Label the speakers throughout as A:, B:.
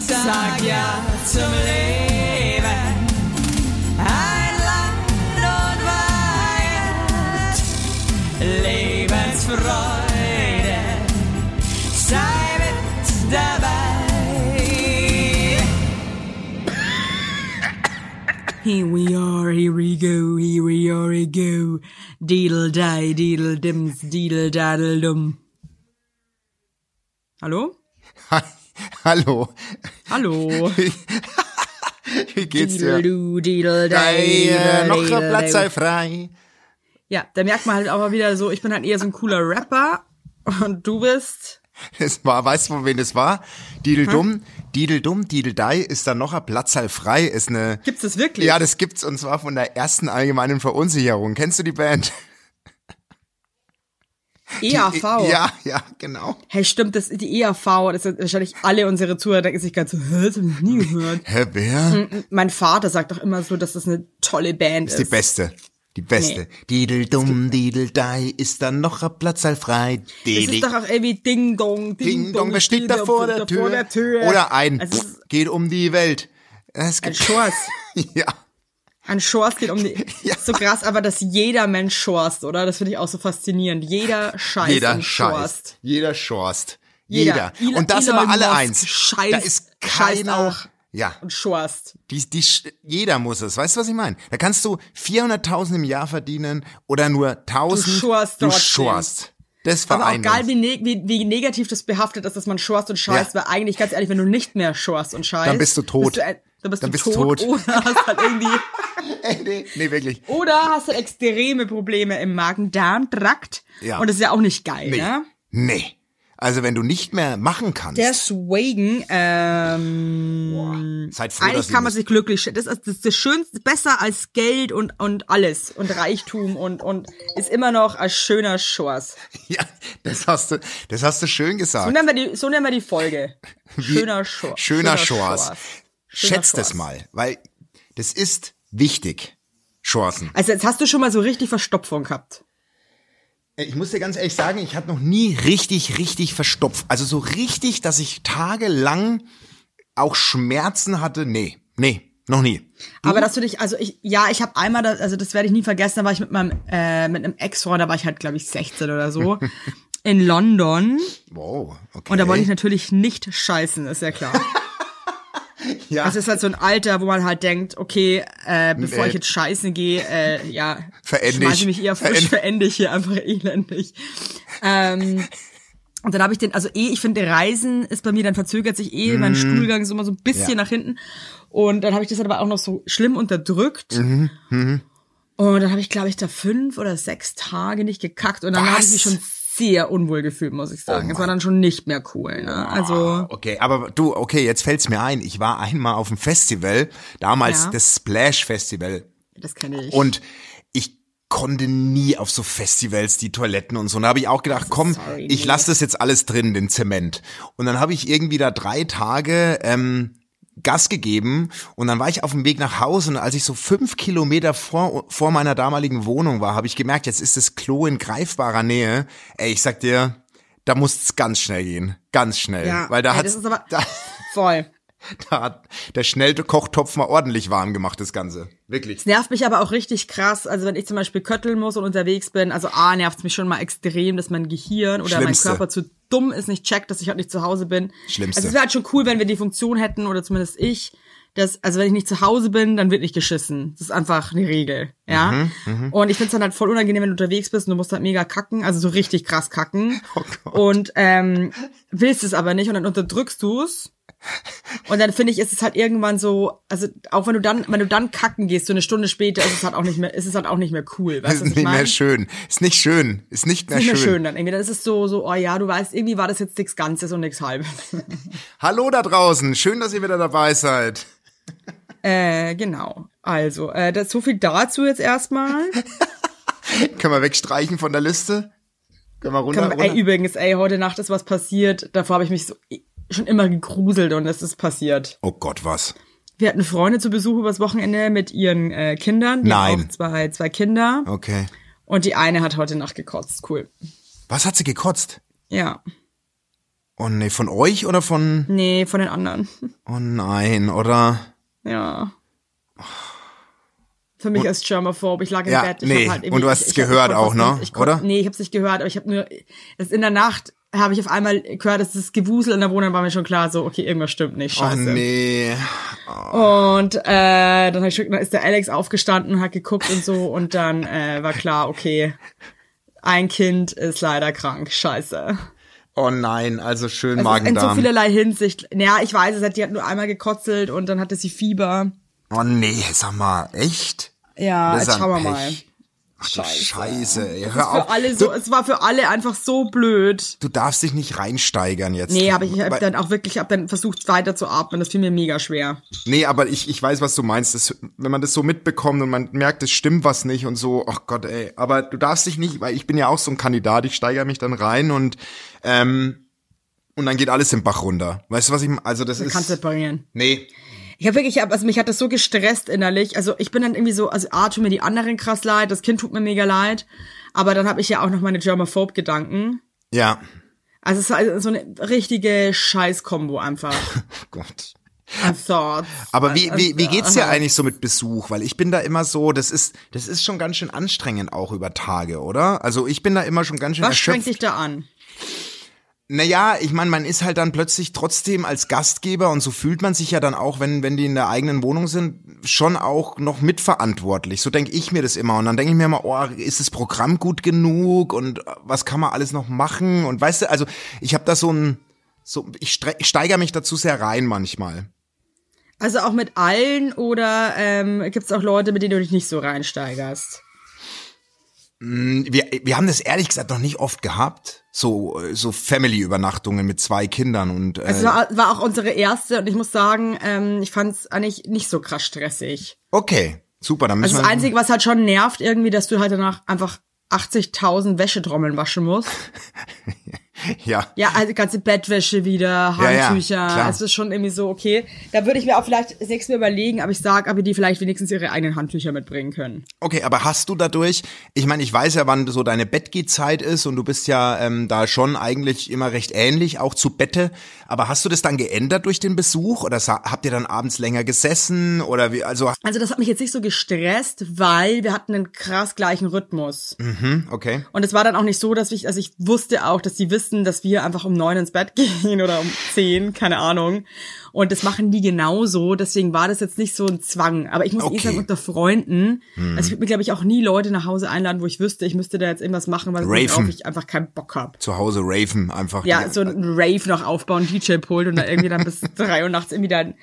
A: sag ja zum Leben. Ein Land und Weihend, Lebensfreude, sei mit dabei. Here we are, here we go, here we are, here we go. Diddle die, diddle dims, diddle daddle dum. Hallo?
B: Ha- Hallo.
A: Hallo.
B: Wie geht's dir?
A: Diddle-du, diddle-dai,
B: Ei, äh, noch ein
A: diddle-dai.
B: Platz sei frei.
A: Ja, da merkt man halt auch mal wieder so, ich bin halt eher so ein cooler Rapper und du bist.
B: Das war, weißt du, von wem das war? Didel dumm, Didel dumm, Didel dai ist dann noch ein Platz sei frei, ist eine.
A: Gibt's das wirklich?
B: Ja, das gibt's und zwar von der ersten allgemeinen Verunsicherung. Kennst du die Band? E
A: EAV.
B: Ja, ja, genau.
A: E Hey, stimmt, das die EAV, das sind wahrscheinlich alle unsere Zuhörer denken sich ganz so, hä, das hab ich noch nie gehört.
B: Herr Bär?
A: mein Vater sagt doch immer so, dass das eine tolle Band ist.
B: Die beste. Die beste. Didel dumm, Didel dai ist dann noch ein Platz sei frei.
A: das
B: Didel
A: ist doch auch irgendwie Ding Dong, Ding,
B: Ding Dong, wer steht
A: steht
B: da vor der Tür?
A: vor der Tür. Also,
B: Oder ein
A: Es ist
B: geht um die Welt. Es
A: ein
B: gibt
A: Schors.
B: ja.
A: Ein Schors geht um die.
B: Ja.
A: So krass, aber dass jeder Mensch schorst, oder? Das finde ich auch so faszinierend. Jeder scheißt
B: Jeder
A: und
B: scheißt.
A: schorst.
B: Jeder schorst.
A: Jeder.
B: Jeder.
A: Elon-
B: Und das sind
A: Elon
B: wir alle
A: Musk
B: eins.
A: scheißt-
B: da ist
A: scheißt
B: keiner.
A: auch.
B: Ja,
A: Und schorst.
B: die, die, sch- jeder muss es. Weißt du, was ich meine? Da kannst du 400.000 im Jahr verdienen oder nur 1.000.
A: Du schorst
B: Du
A: trotzdem.
B: schorst. Das
A: Aber auch
B: vereint
A: geil,
B: uns.
A: wie, neg wie, wie negativ das behaftet ist, dass man schorst und scheißt,
B: Ja.
A: weil eigentlich, ganz ehrlich, wenn du nicht mehr schorst und scheißt,
B: Dann bist du tot.
A: Bist du, ein- dann bist
B: Dann
A: du
B: bist du
A: tot,
B: tot.
A: Oder, hast halt irgendwie,
B: Ey, nee, nee, wirklich.
A: oder hast halt extreme Probleme im Magen-Darm-Trakt.
B: Ja.
A: Und das ist ja auch nicht geil,
B: Nee.
A: ne?
B: Nee. Also wenn du nicht mehr machen kannst,
A: Deswegen, ähm,
B: seid froh, dass
A: äh, eigentlich
B: du
A: kann man
B: bist.
A: sich glücklich stellen. Das ist das, ist das Schönste, besser als Geld und, und alles und Reichtum und, und ist immer noch ein schöner Schors.
B: Ja, das hast du, das hast du schön
A: So
B: gesagt.
A: nennen wir die, so nennen wir die Folge. Schöner Schor.
B: Schöner Schors.
A: Schöner
B: Schätzt
A: Schors.
B: es mal, weil das ist wichtig. Chancen.
A: Also jetzt hast du schon mal so richtig Verstopfung gehabt.
B: Ich muss dir ganz ehrlich sagen, ich hatte noch nie richtig, richtig verstopft. Also so richtig, dass ich tagelang auch Schmerzen hatte. Nee, nee, noch nie.
A: Aber dass du dich, also ich, ja, ich habe einmal, da, also das werde ich nie vergessen, da war ich mit meinem, äh, mit einem Ex-Freund, da war ich halt, glaube ich, 16 oder so, in London.
B: Wow, okay.
A: Und da wollte ich natürlich nicht scheißen, ist ja klar.
B: ja,
A: Das ist halt so ein Alter, wo man halt denkt, okay, äh, bevor
B: Ah. Nee.
A: ich jetzt scheißen gehe, äh, ja,
B: Verende
A: schmeiß
B: ich.
A: mich eher frisch,
B: Verende-
A: verende ich hier einfach elendig. Ähm, und dann habe ich den, also eh, ich finde, Reisen ist bei mir, dann verzögert sich eh mein Stuhlgang so immer so ein bisschen
B: Mhm. Ja.
A: nach hinten. Und dann habe ich das aber auch noch so schlimm unterdrückt.
B: Mhm,
A: Und dann habe ich, glaube ich, da fünf oder sechs Tage nicht gekackt. Und dann habe ich
B: Was? Oh
A: mich schon sehr unwohl gefühlt, muss ich sagen. Es war dann schon nicht mehr cool. Ne? Also
B: Okay, aber du, okay, jetzt fällt's mir ein. Ich war einmal auf dem Festival, damals
A: Ja.
B: das Splash Festival
A: das kenne ich.
B: Und ich konnte nie auf so Festivals die Toiletten und so. Und da habe ich auch gedacht, komm,
A: Sorry,
B: ich
A: nee.
B: lasse das jetzt alles drin, den Zement. Und dann habe ich irgendwie da drei Tage ähm, Gas gegeben und dann war ich auf dem Weg nach Hause und als ich so fünf Kilometer vor, vor meiner damaligen Wohnung war, habe ich gemerkt, jetzt ist das Klo in greifbarer Nähe. Ey, ich sag dir, da musste es ganz schnell gehen. Ganz schnell.
A: Ja,
B: Weil da
A: ey,
B: hat
A: das ist aber-
B: da,
A: Voll.
B: da hat der schnelle Kochtopf mal ordentlich warm gemacht, das Ganze. Wirklich.
A: Es nervt mich aber auch richtig krass. Also wenn ich zum Beispiel kötteln muss und unterwegs bin, also A, nervt es mich schon mal extrem, dass mein Gehirn oder
B: Schlimmste.
A: mein Körper zu dumm ist, nicht checkt, dass ich halt nicht zu Hause bin.
B: Schlimmste.
A: Also es wäre halt schon cool, wenn wir die Funktion hätten, oder zumindest ich, dass, also wenn ich nicht zu Hause bin, dann wird nicht geschissen. Das ist einfach eine Regel. Ja.
B: Mhm,
A: und ich find's dann halt voll unangenehm, wenn du unterwegs bist und du musst halt mega kacken, also so richtig krass kacken.
B: Oh Gott.
A: und ähm, willst es aber nicht und dann unterdrückst du's. Und dann finde ich, ist es halt irgendwann so, also auch wenn du dann, wenn du dann kacken gehst, so eine Stunde später, ist es halt auch nicht mehr, ist es halt auch nicht mehr cool. Weißt
B: Ist
A: du, was
B: nicht
A: ich meine?
B: mehr schön. Ist nicht schön. Ist nicht mehr,
A: Nicht mehr
B: schön.
A: schön dann irgendwie. Dann ist es so, so, oh ja, du weißt, irgendwie war das jetzt nichts Ganzes und nichts Halbes.
B: Hallo da draußen. Schön, dass ihr wieder dabei seid.
A: äh, genau. Also, äh, das, so viel dazu jetzt erstmal.
B: Können wir wegstreichen von der Liste? Können wir runter?
A: Komm,
B: runter?
A: ey, übrigens, ey, heute Nacht ist was passiert. Davor habe ich mich so schon immer gegruselt und es ist passiert.
B: oh Gott, was?
A: Wir hatten Freunde zu Besuch übers Wochenende mit ihren äh, Kindern. Die haben
B: Nein. Oh.
A: Auch zwei, zwei Kinder.
B: Okay.
A: Und die eine hat heute Nacht gekotzt. Cool.
B: Was hat sie gekotzt?
A: Ja.
B: Oh nee, von euch oder von.
A: Nee, von den anderen.
B: Oh nein, oder?
A: Ja. Für mich ist germaphob. Ich lag im
B: Ja,
A: Bett. Ich
B: nee.
A: hab halt irgendwie-
B: Und du hast
A: ich-
B: es
A: ich hab
B: gehört
A: nicht
B: auch, ne?
A: kurz- Ich kon-
B: Oder?
A: Nee, ich hab's nicht gehört, aber ich habe nur, es in der Nacht habe ich auf einmal gehört, dass das Gewusel in der Wohnung war mir schon klar, so, okay, irgendwas stimmt nicht,
B: Oh
A: scheiße.
B: nee.
A: Und äh, dann, hab ich, schon- dann ist der Alex aufgestanden und hat geguckt und so und dann äh, war klar, okay, ein Kind ist leider krank, scheiße.
B: Oh nein, also schön
A: Also in so
B: Magen-Darm.
A: vielerlei Hinsicht. Naja, ich weiß, es hat, die hat nur einmal gekotzelt und dann hatte sie Fieber.
B: oh nee, sag mal, echt?
A: Ja,
B: Das ist
A: jetzt
B: ein
A: schauen wir
B: Pech.
A: mal.
B: Ach du
A: Scheiße.
B: Scheiße, ey, hör
A: Für
B: auf.
A: alle so,
B: du,
A: es war für alle einfach so blöd.
B: du darfst dich nicht reinsteigern jetzt.
A: Nee, aber ich hab
B: Weil-
A: dann auch wirklich, hab dann versucht weiter zu atmen. Das fiel mir mega schwer.
B: Nee, aber ich, ich weiß, was du meinst. Das, wenn man das so mitbekommt und man merkt, es stimmt was nicht und so, ach Gott, ey. Aber du darfst dich nicht, weil ich bin ja auch so ein Kandidat, ich steigere mich dann rein und ähm, und dann geht alles im Bach runter. Weißt du, was ich meine? Also das
A: Das kannst du
B: ist.
A: reparieren.
B: Nee.
A: Ich habe wirklich, ich hab- also mich hat das so gestresst innerlich. Also ich bin dann irgendwie so, also A, tut mir die anderen krass leid, das Kind tut mir mega leid. Aber dann habe ich ja auch noch meine Germaphobe-Gedanken.
B: Ja.
A: Also es war also so eine richtige Scheiß-Kombo einfach.
B: Oh Gott.
A: An Thoughts. Also
B: Aber wie, wie, wie geht's dir
A: Aha.
B: eigentlich so mit Besuch? Weil ich bin da immer so, das ist, das ist schon ganz schön anstrengend auch über Tage, oder? Also ich bin da immer schon ganz schön
A: Was
B: erschöpft.
A: strengt dich da an?
B: Naja, ich meine, man ist halt dann plötzlich trotzdem als Gastgeber und so fühlt man sich ja dann auch, wenn, wenn die in der eigenen Wohnung sind, schon auch noch mitverantwortlich. So denke ich mir das immer. Und dann denke ich mir immer, oh, ist das Programm gut genug und äh, was kann man alles noch machen? Und weißt du, also ich habe da so ein, so, ich, stre- ich steigere mich dazu sehr rein manchmal.
A: Also auch mit allen oder ähm, gibt es auch Leute, mit denen du dich nicht so reinsteigerst?
B: Wir, wir haben das ehrlich gesagt noch nicht oft gehabt. So, äh, so Family-Übernachtungen mit zwei Kindern und äh,
A: Es war, war auch unsere erste und ich muss sagen, ähm, ich fand es eigentlich nicht so krass stressig.
B: okay, super, dann müssen
A: Also das
B: wir.
A: Einzige, was halt schon nervt irgendwie, dass du halt danach einfach 80.000 Wäschetrommeln waschen musst.
B: ja.
A: Ja, also ganze Bettwäsche wieder,
B: Ja, ja,
A: Handtücher.
B: klar.
A: es ist schon irgendwie so, okay. Da würde ich mir auch vielleicht das nächste Mal überlegen, aber ich sag, aber die vielleicht wenigstens ihre eigenen Handtücher mitbringen können.
B: Okay, aber hast du dadurch, ich meine, ich weiß ja, wann so deine Bettgehzeit ist und du bist ja ähm, da schon eigentlich immer recht ähnlich, auch zu Bette, aber hast du das dann geändert durch den Besuch oder sa- habt ihr dann abends länger gesessen oder wie, also,
A: Also das hat mich jetzt nicht so gestresst, weil wir hatten einen krass gleichen Rhythmus.
B: hm, okay.
A: Und es war dann auch nicht so, dass ich, also ich wusste auch, dass die wissen, dass wir einfach um neun ins Bett gehen oder um zehn, keine Ahnung. Und das machen die genauso. Deswegen war das jetzt nicht so ein Zwang. Aber ich muss eh
B: Okay. Hm.
A: sagen, unter Freunden, also ich würde mir, glaube ich, auch nie Leute nach Hause einladen, wo ich wüsste, ich müsste da jetzt irgendwas machen, weil
B: Raven.
A: worauf ich einfach keinen Bock hab.
B: Zu Hause raven einfach.
A: Ja, so ein Rave noch aufbauen, DJ-Pult und dann irgendwie dann bis drei Uhr nachts irgendwie dann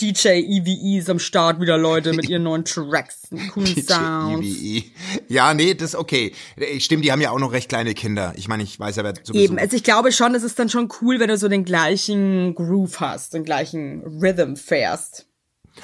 A: E DJ EVEs am Start wieder Leute mit ihren neuen Tracks, coolen
B: E
A: Sounds.
B: EWE. Ja, nee, das ist okay. Äh, Stimmt, die haben ja auch noch recht kleine Kinder. Ich meine, ich weiß ja, wer zu Besuch
A: Eben, also ich glaube schon, es ist dann schon cool, wenn du so den gleichen Groove hast, den gleichen Rhythm fährst.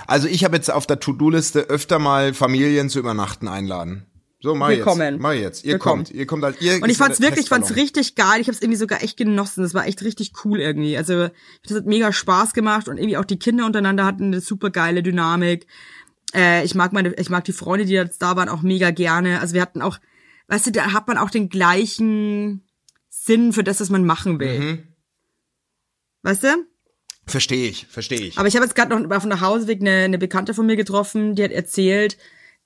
B: Also ich habe jetzt auf der To-Do-Liste öfter mal Familien zu übernachten einladen. So, mach jetzt.
A: Willkommen.
B: Mach jetzt. Ihr
A: Willkommen.
B: kommt. Ihr kommt als ihr.
A: Und ich fand's wirklich, ich fand's
B: richtig.
A: richtig geil. Ich hab's irgendwie sogar echt genossen. Das war echt richtig cool irgendwie. Also das hat mega Spaß gemacht und irgendwie auch die Kinder untereinander hatten eine super geile Dynamik. Äh, ich mag meine, ich mag die Freunde, die jetzt da waren, auch mega gerne. Also wir hatten auch, weißt du, da hat man auch den gleichen Sinn für das, was man machen will. Weißt du?
B: Verstehe ich, verstehe ich.
A: Aber ich habe jetzt gerade noch auf dem Nachhauseweg eine, eine Bekannte von mir getroffen, die hat erzählt,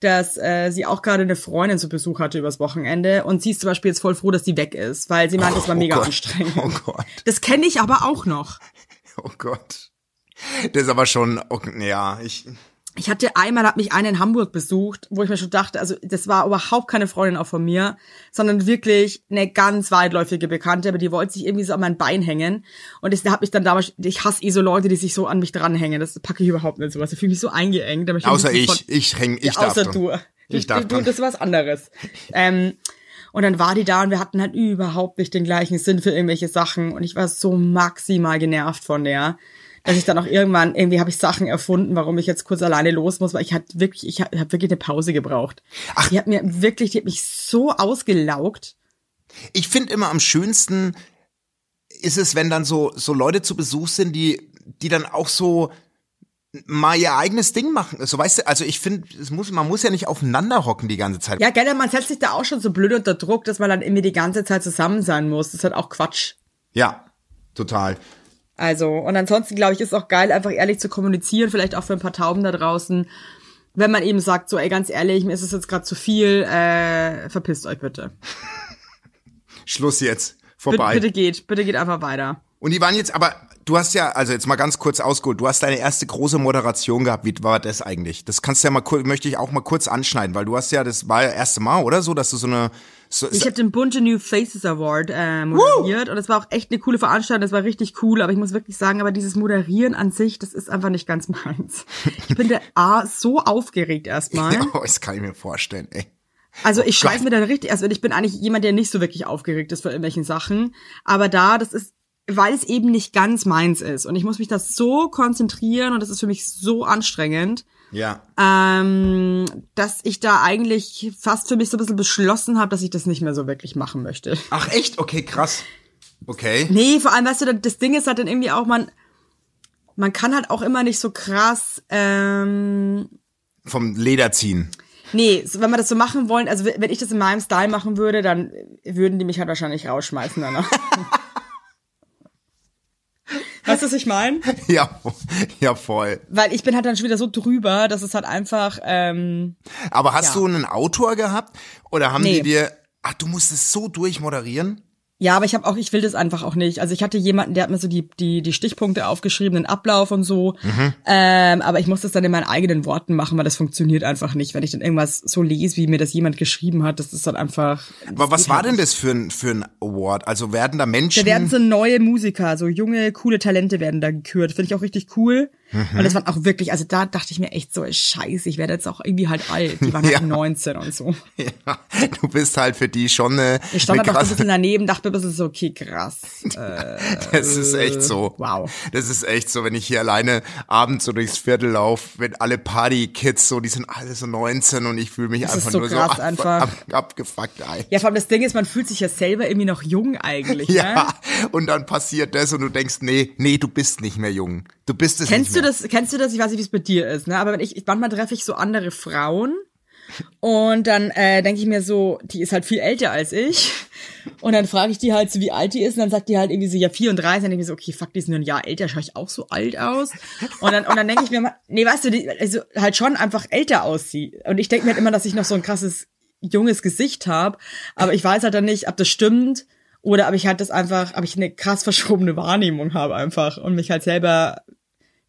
A: dass äh, sie auch gerade eine Freundin zu Besuch hatte übers Wochenende und sie ist zum Beispiel jetzt voll froh, dass die weg ist, weil sie meint, das war mega
B: Oh Gott.
A: anstrengend.
B: Oh Gott,
A: Das kenne ich aber auch noch.
B: oh Gott. Das ist aber schon, okay, ja, ich,
A: Ich hatte einmal, hat mich einer in Hamburg besucht, wo ich mir schon dachte, also das war überhaupt keine Freundin auch von mir, sondern wirklich eine ganz weitläufige Bekannte, aber die wollte sich irgendwie so an mein Bein hängen. Und das hat mich dann damals, ich hasse eh so Leute, die sich so an mich dranhängen. Das packe ich überhaupt nicht sowas. Ich fühle mich so eingeengt. da möchte
B: außer
A: nicht
B: ich, ich häng, ich darf
A: außer
B: dran.
A: du. Du,
B: Ich darf
A: du,
B: dran.
A: das war was anderes. Ähm, und dann war die da und wir hatten halt überhaupt nicht den gleichen Sinn für irgendwelche Sachen und ich war so maximal genervt von der, dass ich dann auch irgendwann irgendwie habe ich Sachen erfunden, warum ich jetzt kurz alleine los muss, weil ich hatte wirklich ich habe hab wirklich eine Pause gebraucht. Ach. Die hat mir wirklich die hat mich so ausgelaugt.
B: Ich finde immer am schönsten ist es, wenn dann so, so Leute zu Besuch sind, die, die dann auch so mal ihr eigenes Ding machen. So weißt du, also ich finde, es muss, man muss ja nicht aufeinander hocken die ganze Zeit.
A: Ja, gell, man setzt sich da auch schon so blöd unter Druck, dass man dann irgendwie die ganze Zeit zusammen sein muss. Das ist halt auch Quatsch.
B: Ja. Total.
A: Also, und ansonsten, glaube ich, ist auch geil, einfach ehrlich zu kommunizieren, vielleicht auch für ein paar Tauben da draußen. Wenn man eben sagt, so, ey, ganz ehrlich, mir ist es jetzt gerade zu viel, äh, verpisst euch bitte.
B: Schluss jetzt. Vorbei.
A: Bitte, bitte geht, bitte geht einfach weiter.
B: Und die waren jetzt, aber du hast ja, also jetzt mal ganz kurz ausgeholt, du hast deine erste große Moderation gehabt. Wie war das eigentlich? Das kannst du ja mal kurz, möchte ich auch mal kurz anschneiden, weil du hast ja, das war ja erste Mal, oder so, dass du so eine. So,
A: Ich habe den Bunte New Faces Award äh, moderiert und es war auch echt eine coole Veranstaltung, das war richtig cool, aber ich muss wirklich sagen, aber dieses Moderieren an sich, das ist einfach nicht ganz meins. Ich bin da A, so aufgeregt erstmal.
B: oh, das kann ich mir vorstellen, ey.
A: Also ich schreibe mir dann richtig, also ich bin eigentlich jemand, der nicht so wirklich aufgeregt ist vor irgendwelchen Sachen, aber da, das ist, weil es eben nicht ganz meins ist und ich muss mich da so konzentrieren und das ist für mich so anstrengend,
B: Ja.
A: ähm, dass ich da eigentlich fast für mich so ein bisschen beschlossen habe, dass ich das nicht mehr so wirklich machen möchte.
B: Ach echt? Okay, krass. Okay.
A: Nee, vor allem, weißt du, das Ding ist halt dann irgendwie auch, man, man kann halt auch immer nicht so krass, ähm,
B: Vom Leder ziehen.
A: nee, so, wenn wir das so machen wollen, also wenn ich das in meinem Style machen würde, dann würden die mich halt wahrscheinlich rausschmeißen danach. weißt du, was ich meine?
B: Ja, ja voll.
A: Weil ich bin halt dann schon wieder so drüber, dass es halt einfach, ähm,
B: Aber hast
A: Ja.
B: du einen Autor gehabt? Oder haben die
A: Nee.
B: dir. Ach, du musstest so durchmoderieren?
A: Ja, aber ich habe auch, ich will das einfach auch nicht. Also ich hatte jemanden, der hat mir so die die die Stichpunkte aufgeschrieben, den Ablauf und so. Ähm, aber ich muss das dann in meinen eigenen Worten machen, weil das funktioniert einfach nicht, wenn ich dann irgendwas so lese, wie mir das jemand geschrieben hat. Das ist dann einfach.
B: Aber was war denn das für ein, für ein Award? Also werden da Menschen.
A: Da werden so neue Musiker, so junge coole Talente werden da gekürt. Finde ich auch richtig cool. Und das waren auch wirklich, also da dachte ich mir echt so, Scheiße, ich werde jetzt auch irgendwie halt alt. Die waren
B: Ja.
A: halt 19 und so.
B: ja, du bist halt für die schon eine.
A: Ich stand
B: eine
A: halt auch so ein
B: krasse,
A: bisschen daneben, dachte mir, das ist so, okay, krass. Äh,
B: das ist echt so.
A: wow.
B: Das ist echt so, wenn ich hier alleine abends so durchs Viertel laufe, wenn alle Party-Kids so, die sind alle so 19 und ich fühle mich
A: Das ist
B: einfach
A: so
B: nur
A: krass
B: so ab,
A: einfach.
B: Ab, abgefuckt ein.
A: Ja, vor allem das Ding ist, man fühlt sich ja selber irgendwie noch jung eigentlich. Ne?
B: Ja, und dann passiert das und du denkst, nee, nee, du bist nicht mehr jung. Du bist es
A: Kennst
B: nicht
A: du
B: mehr.
A: das? Kennst du das? Ich weiß nicht, wie es bei dir ist, ne? Aber wenn ich ich- manchmal treffe ich so andere Frauen und dann äh, denke ich mir so, die ist halt viel älter als ich und dann frage ich die halt so, wie alt die ist und dann sagt die halt irgendwie so ja 34 und dann denke ich mir so, okay, fuck, die ist nur ein Jahr älter, schaue ich auch so alt aus? Und dann und dann denke ich mir mal, nee, weißt du, die also halt schon einfach älter aussieht und ich denke mir halt immer, dass ich noch so ein krasses junges Gesicht habe, aber ich weiß halt dann nicht, ob das stimmt. Oder ob ich halt das einfach, ob ich eine krass verschobene Wahrnehmung habe einfach und mich halt selber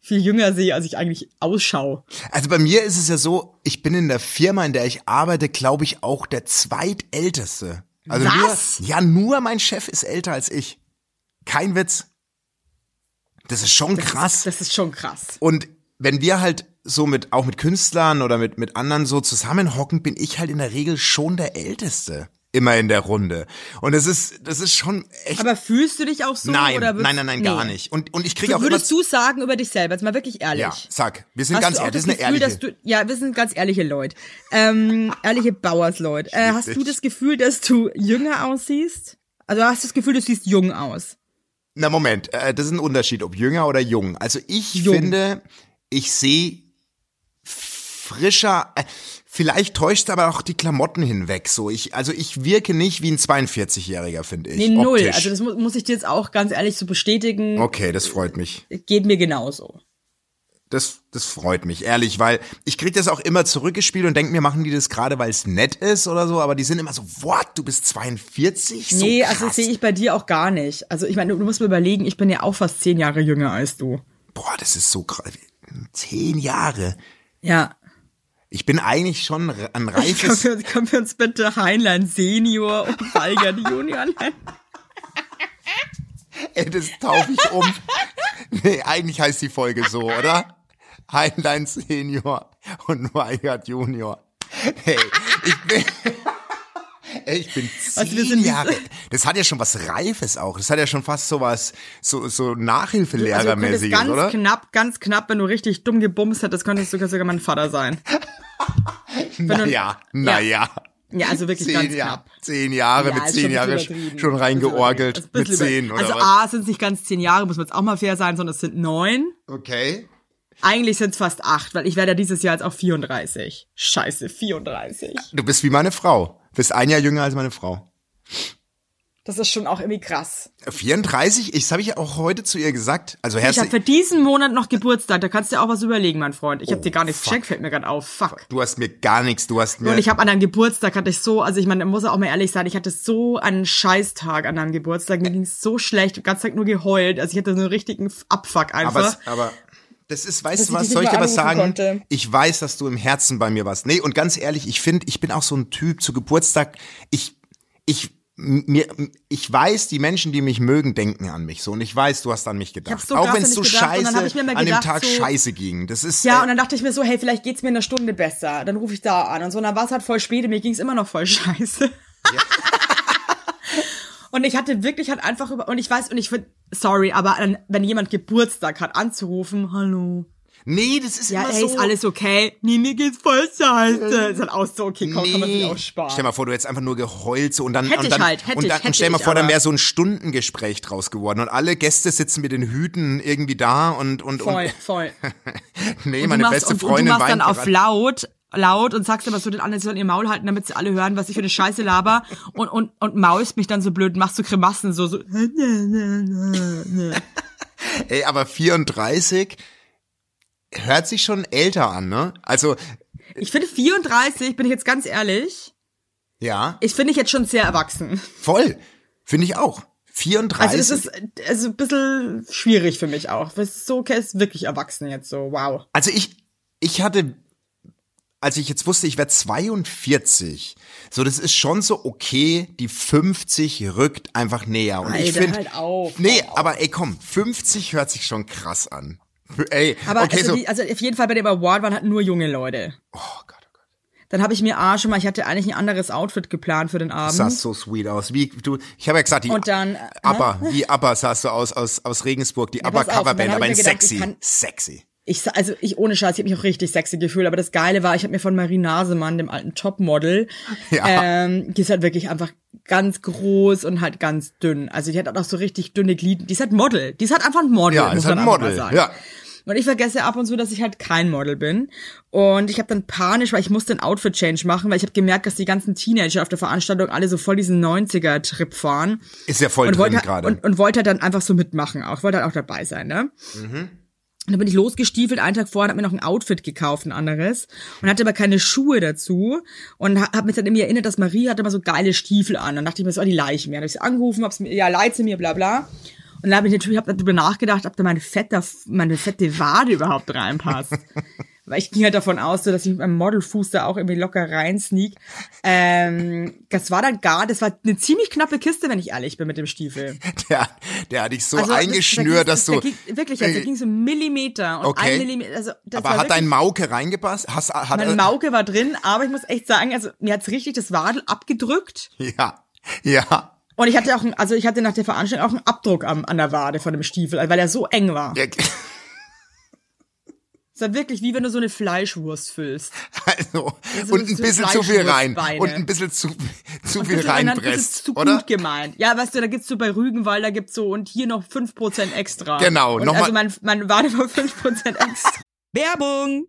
A: viel jünger sehe, als ich eigentlich ausschaue.
B: Also bei mir ist es ja so, ich bin in der Firma, in der ich arbeite, glaube ich, auch der zweitälteste. Also
A: Was?
B: Nur, ja, nur mein Chef ist älter als ich. Kein Witz. Das ist schon krass.
A: Das ist schon krass.
B: Und wenn wir halt so mit, auch mit Künstlern oder mit, mit anderen so zusammenhocken, bin ich halt in der Regel schon der Älteste. Immer in der Runde. Und das ist, das ist schon echt.
A: Aber fühlst du dich auch so?
B: nein,
A: oder würdest-
B: nein, nein, nein, gar
A: Nee.
B: nicht. Und, und ich kriege
A: Du,
B: auch immer.
A: würdest du sagen über dich selber, jetzt mal wirklich ehrlich.
B: ja, sag. Wir sind
A: Hast
B: ganz
A: du auch
B: ehrlich, das
A: das
B: ist eine
A: Gefühl,
B: ehrliche.
A: dass du, ja, wir sind ganz ehrliche Leute, ähm, ehrliche Bauersleute. Äh, hast du
B: Richtig.
A: das Gefühl, dass du jünger aussiehst? Also hast du das Gefühl, du siehst jung aus?
B: Na Moment, äh, das ist ein Unterschied, ob jünger oder jung. Also ich
A: Jung.
B: finde, ich sehe frischer, äh, vielleicht täuscht aber auch die Klamotten hinweg. So ich, also ich wirke nicht wie ein 42-Jähriger, finde ich.
A: Nee, null.
B: Optisch.
A: Also das mu muss ich dir jetzt auch ganz ehrlich so bestätigen.
B: okay, das freut mich.
A: Geht mir genauso.
B: das, das freut mich, ehrlich, weil ich krieg das auch immer zurückgespielt und denk mir, machen die das gerade, weil es nett ist oder so, aber die sind immer so, what, du bist 42? So
A: nee,
B: krass.
A: also das sehe ich bei dir auch gar nicht. Also ich meine, du, du musst mir überlegen, ich bin ja auch fast zehn Jahre jünger als du.
B: Boah, das ist so krass. Zehn Jahre.
A: Ja.
B: Ich bin eigentlich schon ein
A: Können
B: reifes...
A: wir, können wir uns bitte Heinlein Senior und Weigert Junior nennen?
B: Ey, das taufe ich um. nee, eigentlich heißt die Folge so, oder? Heinlein Senior und Weigert Junior. Hey, ich bin... Ey, ich bin zehn
A: Also wir sind wie-
B: Jahre. Das hat ja schon was Reifes auch. Das hat ja schon fast so was, so, so
A: Also du könntest
B: Nachhilfelehrermäßiges,
A: ganz
B: oder?
A: knapp, ganz knapp, wenn du richtig dumm gebumst hättest, könntest du sogar mein Vater sein. du-
B: Naja, naja.
A: Ja, also wirklich
B: Zehn,
A: ganz
B: Jahr,
A: knapp.
B: zehn Jahre,
A: ja,
B: mit
A: ist
B: zehn
A: schon ein
B: Jahren
A: bisschen übertrieben.
B: schon
A: Ist ein
B: reingeorgelt. Mit
A: bisschen über-
B: zehn, oder
A: Also
B: was?
A: A, sind es nicht ganz zehn Jahre, muss man jetzt auch mal fair sein, sondern es sind neun.
B: Okay.
A: Eigentlich sind es fast acht, weil ich werde ja dieses Jahr jetzt auch 34. Scheiße, 34.
B: Du bist wie meine Frau. Bist ein Jahr jünger als meine Frau.
A: Das ist schon auch irgendwie krass.
B: 34, ich habe ich auch heute zu ihr gesagt. Also
A: Ich habe
B: herzlich.
A: für diesen Monat noch Geburtstag, da kannst du dir auch was überlegen, mein Freund. Ich habe
B: Oh,
A: dir gar nichts
B: fuck.
A: geschenkt, fällt mir gerade auf. Fuck.
B: Du hast mir gar nichts, du hast mir.
A: Und ich habe an deinem Geburtstag hatte ich so, also ich meine, da muss ja auch mal ehrlich sein, ich hatte so einen Scheißtag an deinem Geburtstag. Mir ging's so schlecht, den ganzen Tag nur geheult. Also ich hatte so einen richtigen Abfuck einfach.
B: aber, es- aber das ist, weißt
A: Dass
B: du
A: ich
B: was,
A: dich
B: soll ich
A: nicht
B: dir
A: mal
B: was sagen?
A: anrufen konnte.
B: Ich weiß, dass du im Herzen bei mir warst. Nee, und ganz ehrlich, ich finde, ich bin auch so ein Typ zu Geburtstag. Ich, ich, m- mir, m- ich weiß, die Menschen, die mich mögen, denken an mich so. Und ich weiß, du hast an mich gedacht.
A: hab's so
B: auch
A: krass
B: wenn
A: an
B: es
A: dich
B: so
A: gedacht und dann
B: scheiße
A: hab ich mir immer
B: an dem
A: gedacht,
B: Tag
A: so-
B: scheiße ging. Das ist
A: Ja,
B: äh,
A: und dann dachte ich mir so, hey, vielleicht geht's mir in einer Stunde besser. Dann rufe ich da an und so. Und dann war's halt voll spät und mir ging's immer noch voll scheiße. und ich hatte wirklich halt einfach über, und ich weiß, und ich finde, sorry, aber an, wenn jemand Geburtstag hat, anzurufen, hallo.
B: nee, das ist
A: Ja,
B: immer
A: ey,
B: so.
A: ist alles okay? Nee, mir geht's voll scheiße. Ist halt auch so, okay, komm, kann man sich auch
B: Stell
A: sparen.
B: mal vor, du hättest einfach nur geheult so und dann
A: Hätte
B: und
A: ich
B: dann
A: halt, hätte
B: und dann
A: ich, hätte
B: stell mal
A: ich,
B: vor, dann
A: aber-
B: wäre so ein Stundengespräch draus geworden und alle Gäste sitzen mit den Hüten irgendwie da und und
A: Voll,
B: und
A: voll.
B: nee,
A: Du
B: meine
A: machst,
B: beste
A: und, und du
B: Freundin
A: machst
B: weint
A: dann auf
B: gerade.
A: laut, laut und sagst immer so den anderen, sie sollen ihr Maul halten, damit sie alle hören, was ich für eine Scheiße laber und, und, und maulst mich dann so blöd, machst so Grimassen, so, so.
B: Ey, aber 34 hört sich schon älter an, ne? Also
A: Ich finde 34, bin ich jetzt ganz ehrlich,
B: ja,
A: ich finde ich jetzt schon sehr erwachsen.
B: voll, finde ich auch. 34.
A: Also das ist also ein bisschen schwierig für mich auch. weil es ist So, okay, ist wirklich erwachsen jetzt so, wow.
B: Also ich, ich hatte, als ich jetzt wusste, ich werde 42. So, das ist schon so okay, die 50 rückt einfach näher. Und ich
A: Alter,
B: finde,
A: halt auf,
B: nee,
A: hör
B: aber ey, komm, 50 hört sich schon krass an. Ey,
A: Aber
B: okay,
A: also,
B: so.
A: die, also auf jeden Fall bei dem Award waren halt nur junge Leute.
B: oh Gott, oh Gott.
A: Dann habe ich mir ah, schon mal, ich hatte eigentlich ein anderes Outfit geplant für den Abend.
B: Sahst so sweet aus. Wie du, ich habe ja gesagt, die
A: Mhm. Und dann, äh,
B: Abba, wie Abba sahst du aus aus aus Regensburg, die Abba
A: pass auf, und dann
B: Coverband,
A: hab
B: aber
A: ich
B: in
A: mir gedacht,
B: sexy,
A: ich kann-
B: sexy.
A: Ich, sa- also ich ohne Scheiß, ich habe mich auch richtig sexy gefühlt, aber das Geile war, ich habe mir von Marie Nasemann, dem alten Topmodel,
B: Ja.
A: ähm, die ist halt wirklich einfach ganz groß und halt ganz dünn. Also die hat auch noch so richtig dünne Glieder. Die ist halt Model. Die ist halt einfach ein Model.
B: Ja, ist
A: muss
B: halt
A: man einfach
B: Model,
A: mal sagen.
B: ja.
A: Und ich vergesse ab und zu, dass ich halt kein Model bin. Und ich habe dann panisch, weil ich musste einen Outfit-Change machen, weil ich habe gemerkt, dass die ganzen Teenager auf der Veranstaltung alle so voll diesen 90er-Trip fahren
B: Ist ja voll
A: und
B: drin
A: wollte,
B: gerade.
A: und, und wollte dann einfach so mitmachen auch, wollte dann auch dabei sein, ne?
B: Mhm.
A: Und dann bin ich losgestiefelt, einen Tag vorher, und hab mir noch ein Outfit gekauft, ein anderes, und hatte aber keine Schuhe dazu und ha- hab mich dann irgendwie erinnert, dass Marie hatte immer so geile Stiefel an. Dann dachte ich mir, so, ah, die Leichen mir. Dann hab ich sie angerufen, hab's mir, ja, leid sie mir, bla bla. Und dann habe ich natürlich hab darüber nachgedacht, ob da meine fette, meine fette Wade überhaupt reinpasst. Weil ich ging halt davon aus, so, dass ich mit meinem Modelfuß da auch irgendwie locker rein sneak. Ähm, das war dann gar, das war eine ziemlich knappe Kiste, wenn ich ehrlich bin mit dem Stiefel.
B: Der, der hat dich so
A: Also, das-
B: eingeschnürt, dass
A: das- das-
B: du. Äh,
A: da ging, wirklich, also, da ging so ein Millimeter und
B: Okay.
A: ein Millimeter. Also, das
B: aber
A: war
B: hat dein
A: wirklich,
B: Mauke reingepasst? Hast, hat,
A: mein Mauke war drin, aber ich muss echt sagen, also mir hat's richtig das Wadel abgedrückt
B: Ja, ja.
A: und ich hatte auch, ein, also ich hatte nach der Veranstaltung auch einen Abdruck am, an der Wade von dem Stiefel, weil er so eng war.
B: Ja,
A: Es war wirklich wie wenn du so eine Fleischwurst füllst.
B: Also,
A: so-
B: und ein
A: so
B: bisschen zu viel rein.
A: Fleischwurstbeine.
B: Und ein bisschen zu, zu
A: Und
B: viel
A: das war dann ein bisschen
B: reinpresst,
A: zu gut
B: oder?
A: gemeint. Ja, weißt du, da gibt's so bei Rügenwald, da gibt's so und hier noch 5% extra.
B: Genau,
A: und
B: noch mal-
A: Also mein, mein Warte war 5% extra. Werbung!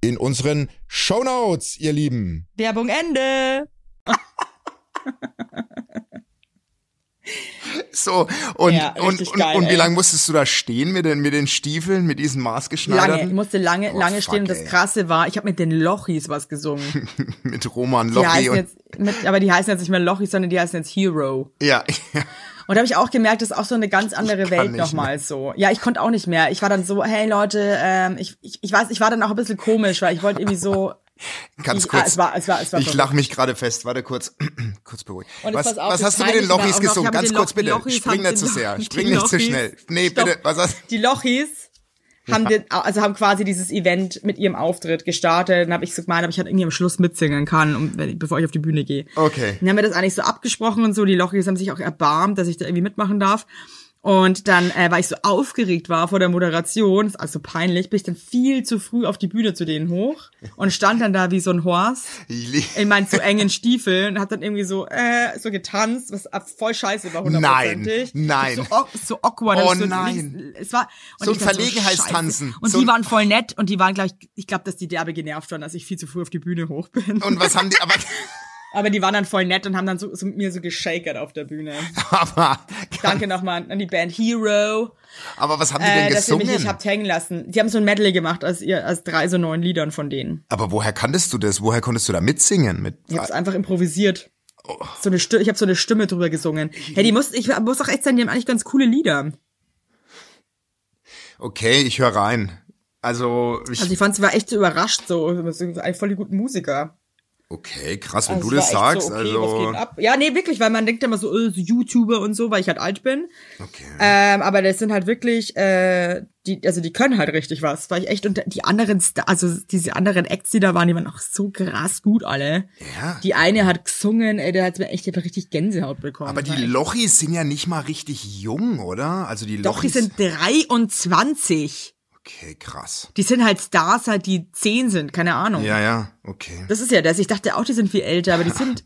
C: in unseren Shownotes, ihr Lieben.
A: Werbung Ende.
B: So, und,
A: Ja,
B: und,
A: richtig
B: und,
A: geil,
B: und wie
A: ey.
B: lange musstest du da stehen mit den, mit den Stiefeln, mit diesen
A: Lange, ich
B: maßgeschneiderten?
A: musste lange,
B: Oh,
A: lange
B: fuck,
A: stehen. Und das
B: ey.
A: Krasse war, ich habe mit den Lochis was gesungen.
B: mit Roman
A: Die
B: Lochy
A: heißen
B: und,
A: jetzt, mit, aber die heißen jetzt nicht mehr Lochis, sondern die heißen jetzt Hero.
B: ja,
A: Und da habe ich auch gemerkt, das ist auch so eine ganz andere
B: Ich kann
A: Welt
B: nicht
A: nochmal so. Ja, ich konnte auch nicht mehr. Ich war dann so, hey Leute, ähm, ich, ich, ich weiß, ich war dann auch ein bisschen komisch, weil ich wollte irgendwie so.
B: ganz
A: ich,
B: kurz.
A: Ah, es war, es war, es war
B: ich lache mich gerade fest, warte kurz, kurz beruhigt.
A: Und jetzt
B: Was,
A: pass auf,
B: was
A: das
B: hast du mit den
A: Peinliche war
B: Lochis
A: auch noch, ich
B: gesungen?
A: hab mit
B: Ganz
A: den
B: kurz
A: Lo-
B: bitte,
A: Lochis
B: spring
A: haben
B: nicht zu
A: den-
B: sehr,
A: die
B: spring nicht zu
A: Lochis-
B: schnell. Nee,
A: Stopp.
B: bitte, was hast
A: Die Lochis haben den, also haben quasi dieses Event mit ihrem Auftritt gestartet. Dann habe ich so gemeint, ob ich halt irgendwie am Schluss mitsingen kann, um, wenn, ich- bevor ich auf die Bühne gehe.
B: Okay.
A: Dann haben wir das eigentlich so abgesprochen und so. Die Lochis haben sich auch erbarmt, dass ich da irgendwie mitmachen darf. Und dann, äh, weil ich so aufgeregt war vor der Moderation, ist also peinlich, bin ich dann viel zu früh auf die Bühne zu denen hoch und stand dann da wie so ein Horst
B: Ich lieb-
A: in meinen zu engen Stiefeln und hab dann irgendwie so, äh, so getanzt, was ab- voll scheiße war, hundertprozentig.
B: Nein,
A: So,
B: nein.
A: au- so awkward. hab
B: Oh
A: ich so
B: nein.
A: Es war, und
B: So
A: ich
B: ein
A: dachte
B: Verlegenheitstanzen.
A: scheiße. Und
B: So
A: die
B: ein-
A: waren voll nett und die waren, glaube ich, ich glaube, dass die derbe genervt waren, dass ich viel zu früh auf die Bühne hoch bin.
B: Und was haben die, aber,
A: Aber die waren dann voll nett und haben dann so, so mit mir so geschakert auf der Bühne.
B: aber,
A: Danke nochmal an die Band Hero,
B: aber was haben die
A: äh,
B: denn
A: dass ihr mich nicht
B: gesungen?
A: habt hängen lassen. Die haben so ein Medley gemacht aus, ihr, aus drei so neuen Liedern von denen.
B: Aber woher kanntest du das? Woher konntest du da mitsingen? Mit, Ah, oh,
A: Ich hab's einfach improvisiert. So eine Stimme, ich habe so eine Stimme drüber gesungen. Hey, die muss, ich muss auch echt sagen, die haben eigentlich ganz coole Lieder.
B: okay, ich höre rein. Also, ich,
A: Also ich fand, sie war echt so überrascht, so, Das sind eigentlich voll die guten Musiker.
B: okay, krass, wenn
A: Also
B: du
A: es
B: das
A: war echt
B: sagst,
A: so, okay, was
B: also,
A: geht ab? Ja, nee, wirklich, weil man denkt immer so, äh, so YouTuber und so, weil ich halt alt bin.
B: okay.
A: Ähm, aber das sind halt wirklich, äh, die, also die können halt richtig was, weil ich echt und die anderen, Sta- also diese anderen Acts, die da waren, die waren auch so krass gut alle.
B: ja.
A: Die eine hat gesungen, ey, da hat mir echt ich hab richtig Gänsehaut bekommen.
B: Aber die
A: Weil-
B: Lochis sind ja nicht mal richtig jung, oder? Also die
A: doch, die
B: Lochis.
A: sind 23.
B: okay, krass.
A: Die sind halt Stars, halt die 10 sind, keine Ahnung.
B: Ja, ja, okay.
A: Das ist ja das. Ich dachte auch, die sind viel älter, aber die sind,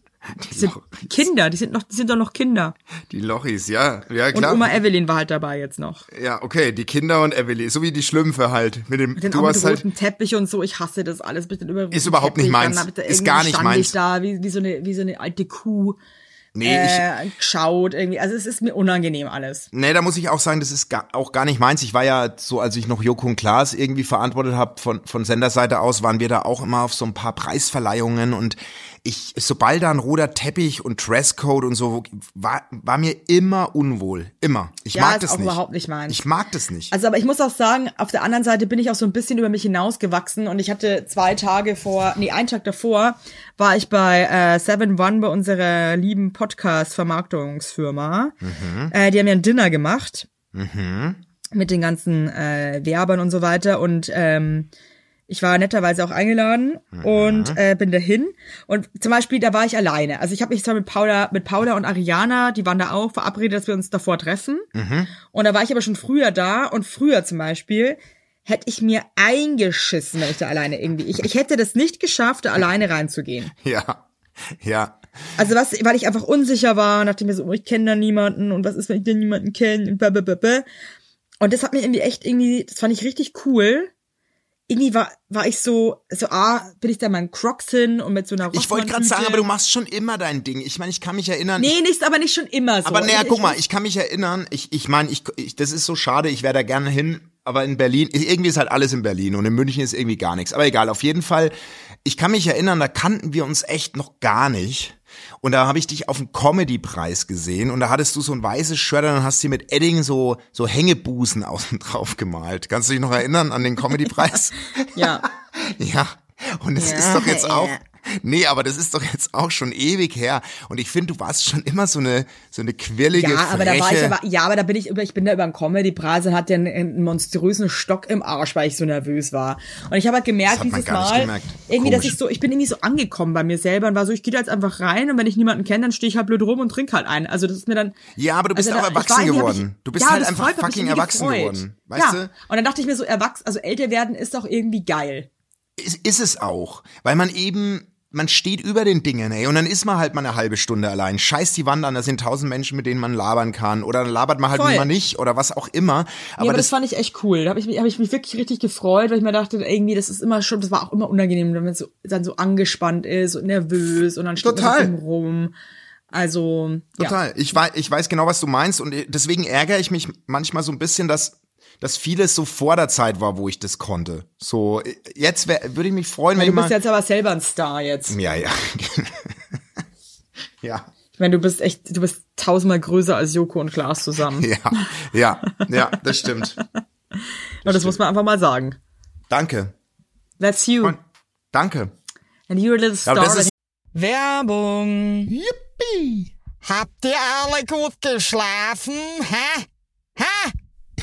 A: die sind
B: Lochis.
A: Kinder, die sind noch, die sind doch noch Kinder.
B: Die Lochis, ja, ja
A: Und
B: klar.
A: Oma Evelyn war halt dabei jetzt noch.
B: ja, okay, die Kinder und Evelyn, so wie die Schlümpfe halt. Mit dem,
A: Dann
B: du
A: auch mit
B: hast halt,
A: rotem Teppich und so. Ich hasse das alles. Bisschen über
B: Ist überhaupt nicht meins. Ist gar nicht
A: stand
B: meins.
A: Ich da wie, wie so eine wie so eine alte Kuh
B: nee, ich,
A: äh, geschaut irgendwie. Also es ist mir unangenehm alles.
B: Nee, da muss ich auch sagen, das ist ga, auch gar nicht meins. Ich war ja so, als ich noch Joko und Klaas irgendwie verantwortet habe, von, von Senderseite aus, waren wir da auch immer auf so ein paar Preisverleihungen und ich, sobald da ein roter Teppich und Dresscode und so, war, war mir immer unwohl. Immer. Ich
A: Ja,
B: mag
A: ist
B: das
A: auch
B: nicht.
A: überhaupt nicht meins.
B: Ich mag das nicht.
A: Also, aber ich muss auch sagen, auf der anderen Seite bin ich auch so ein bisschen über mich hinausgewachsen und ich hatte zwei Tage vor, nee, einen Tag davor war ich bei äh, Seven One bei unserer lieben Podcast-Vermarktungsfirma. Äh, die haben ja ein Dinner gemacht mit den ganzen äh, Werbern und so weiter und ähm, ich war netterweise auch eingeladen und äh, bin dahin. Und zum Beispiel, da war ich alleine. Also ich habe mich zwar mit Paula, mit Paula und Ariana, die waren da auch verabredet, dass wir uns davor treffen. Und da war ich aber schon früher da und früher zum Beispiel hätte ich mir eingeschissen, wenn ich da alleine irgendwie. Ich, ich hätte das nicht geschafft, da alleine reinzugehen.
B: ja. Ja.
A: Also was, weil ich einfach unsicher war, und dachte mir so, oh, ich kenne da niemanden und was ist, wenn ich denn niemanden kenne? Und, blablabla. und das hat mir irgendwie echt irgendwie, das fand ich richtig cool. Irgendwie war, war ich so, so, ah, bin ich da mal in Crocs hin und mit so einer
B: Ich wollte gerade sagen,
A: Rossmann-Tüte.
B: aber du machst schon immer dein Ding. Ich meine, ich kann mich erinnern.
A: Nee, nichts, aber nicht schon immer so.
B: Aber naja,
A: Ich-
B: guck
A: ich-
B: mal, ich kann mich erinnern, ich, ich meine, ich, ich, das ist so schade, ich wäre da gerne hin, aber in Berlin, irgendwie ist halt alles in Berlin und in München ist irgendwie gar nichts. Aber egal, auf jeden Fall, ich kann mich erinnern, da kannten wir uns echt noch gar nicht. Und da habe ich dich auf dem Comedy-Preis gesehen und da hattest du so ein weißes Shirt und dann hast du dir mit Edding so, so Hängebusen außen drauf gemalt. Kannst du dich noch erinnern an den Comedy-Preis?
A: Ja.
B: Ja, und es
A: Ja,
B: ist doch jetzt
A: ja.
B: auch. Nee, aber das ist doch jetzt auch schon ewig her. Und ich finde, du warst schon immer so eine, so eine quirlige
A: Ja, aber da war ich
B: freche-
A: aber, ja, aber da bin ich über, ich bin da über den Comedy-Preis und hatte einen, einen monströsen Stock im Arsch, weil ich so nervös war. Und ich habe halt gemerkt,
B: Das hat man
A: dieses
B: gar nicht
A: Mal,
B: gemerkt.
A: irgendwie, dass
B: Komisch.
A: ich so, ich bin irgendwie so angekommen bei mir selber und war so, ich gehe da jetzt einfach rein und wenn ich niemanden kenne, dann stehe ich halt blöd rum und trinke halt einen. Also das ist mir dann.
B: Ja, aber du bist
A: also
B: auch
A: da- ich war
B: erwachsen
A: irgendwie- hab
B: geworden.
A: Ich,
B: Du bist
A: ja,
B: halt
A: das
B: einfach
A: freut, hab mich
B: fucking
A: irgendwie
B: erwachsen
A: gefreut.
B: geworden. Weißt
A: ja.
B: du?
A: Und dann dachte ich mir so, erwachsen, also älter werden ist doch irgendwie geil.
B: Ist, ist es auch. Weil man eben, man steht über den Dingen, ey, und dann ist man halt mal eine halbe Stunde allein. Scheiß die Wand an, da sind tausend Menschen, mit denen man labern kann. Oder dann labert man halt
A: Voll.
B: mal nicht oder was auch immer.
A: Aber, nee, aber das, fand ich echt cool. Da habe ich, mich- hab ich mich wirklich richtig gefreut, weil ich mir dachte, irgendwie, das ist immer schon, das war auch immer unangenehm, wenn man so, dann so angespannt ist und nervös und dann steht
B: Total.
A: man so rum. Also,
B: Total. Ich, wei ich weiß genau, was du meinst und deswegen ärgere ich mich manchmal so ein bisschen, dass dass vieles so vor der Zeit war, wo ich das konnte. So äh, jetzt wär- würde ich mich freuen,
A: ja.
B: wenn
A: Du
B: ich
A: bist
B: mal
A: jetzt aber selber ein Star jetzt.
B: ja ja ja
A: Ich meine, du bist echt, du bist tausendmal größer als Joko und Klaas zusammen.
B: ja ja ja das stimmt.
A: und das muss man einfach mal sagen.
B: Danke
A: That's you.
B: Und danke.
A: And you're a little
B: Aber
A: star.
B: das ist
D: Werbung. Yippie. Habt ihr alle gut geschlafen? Hä? Hä?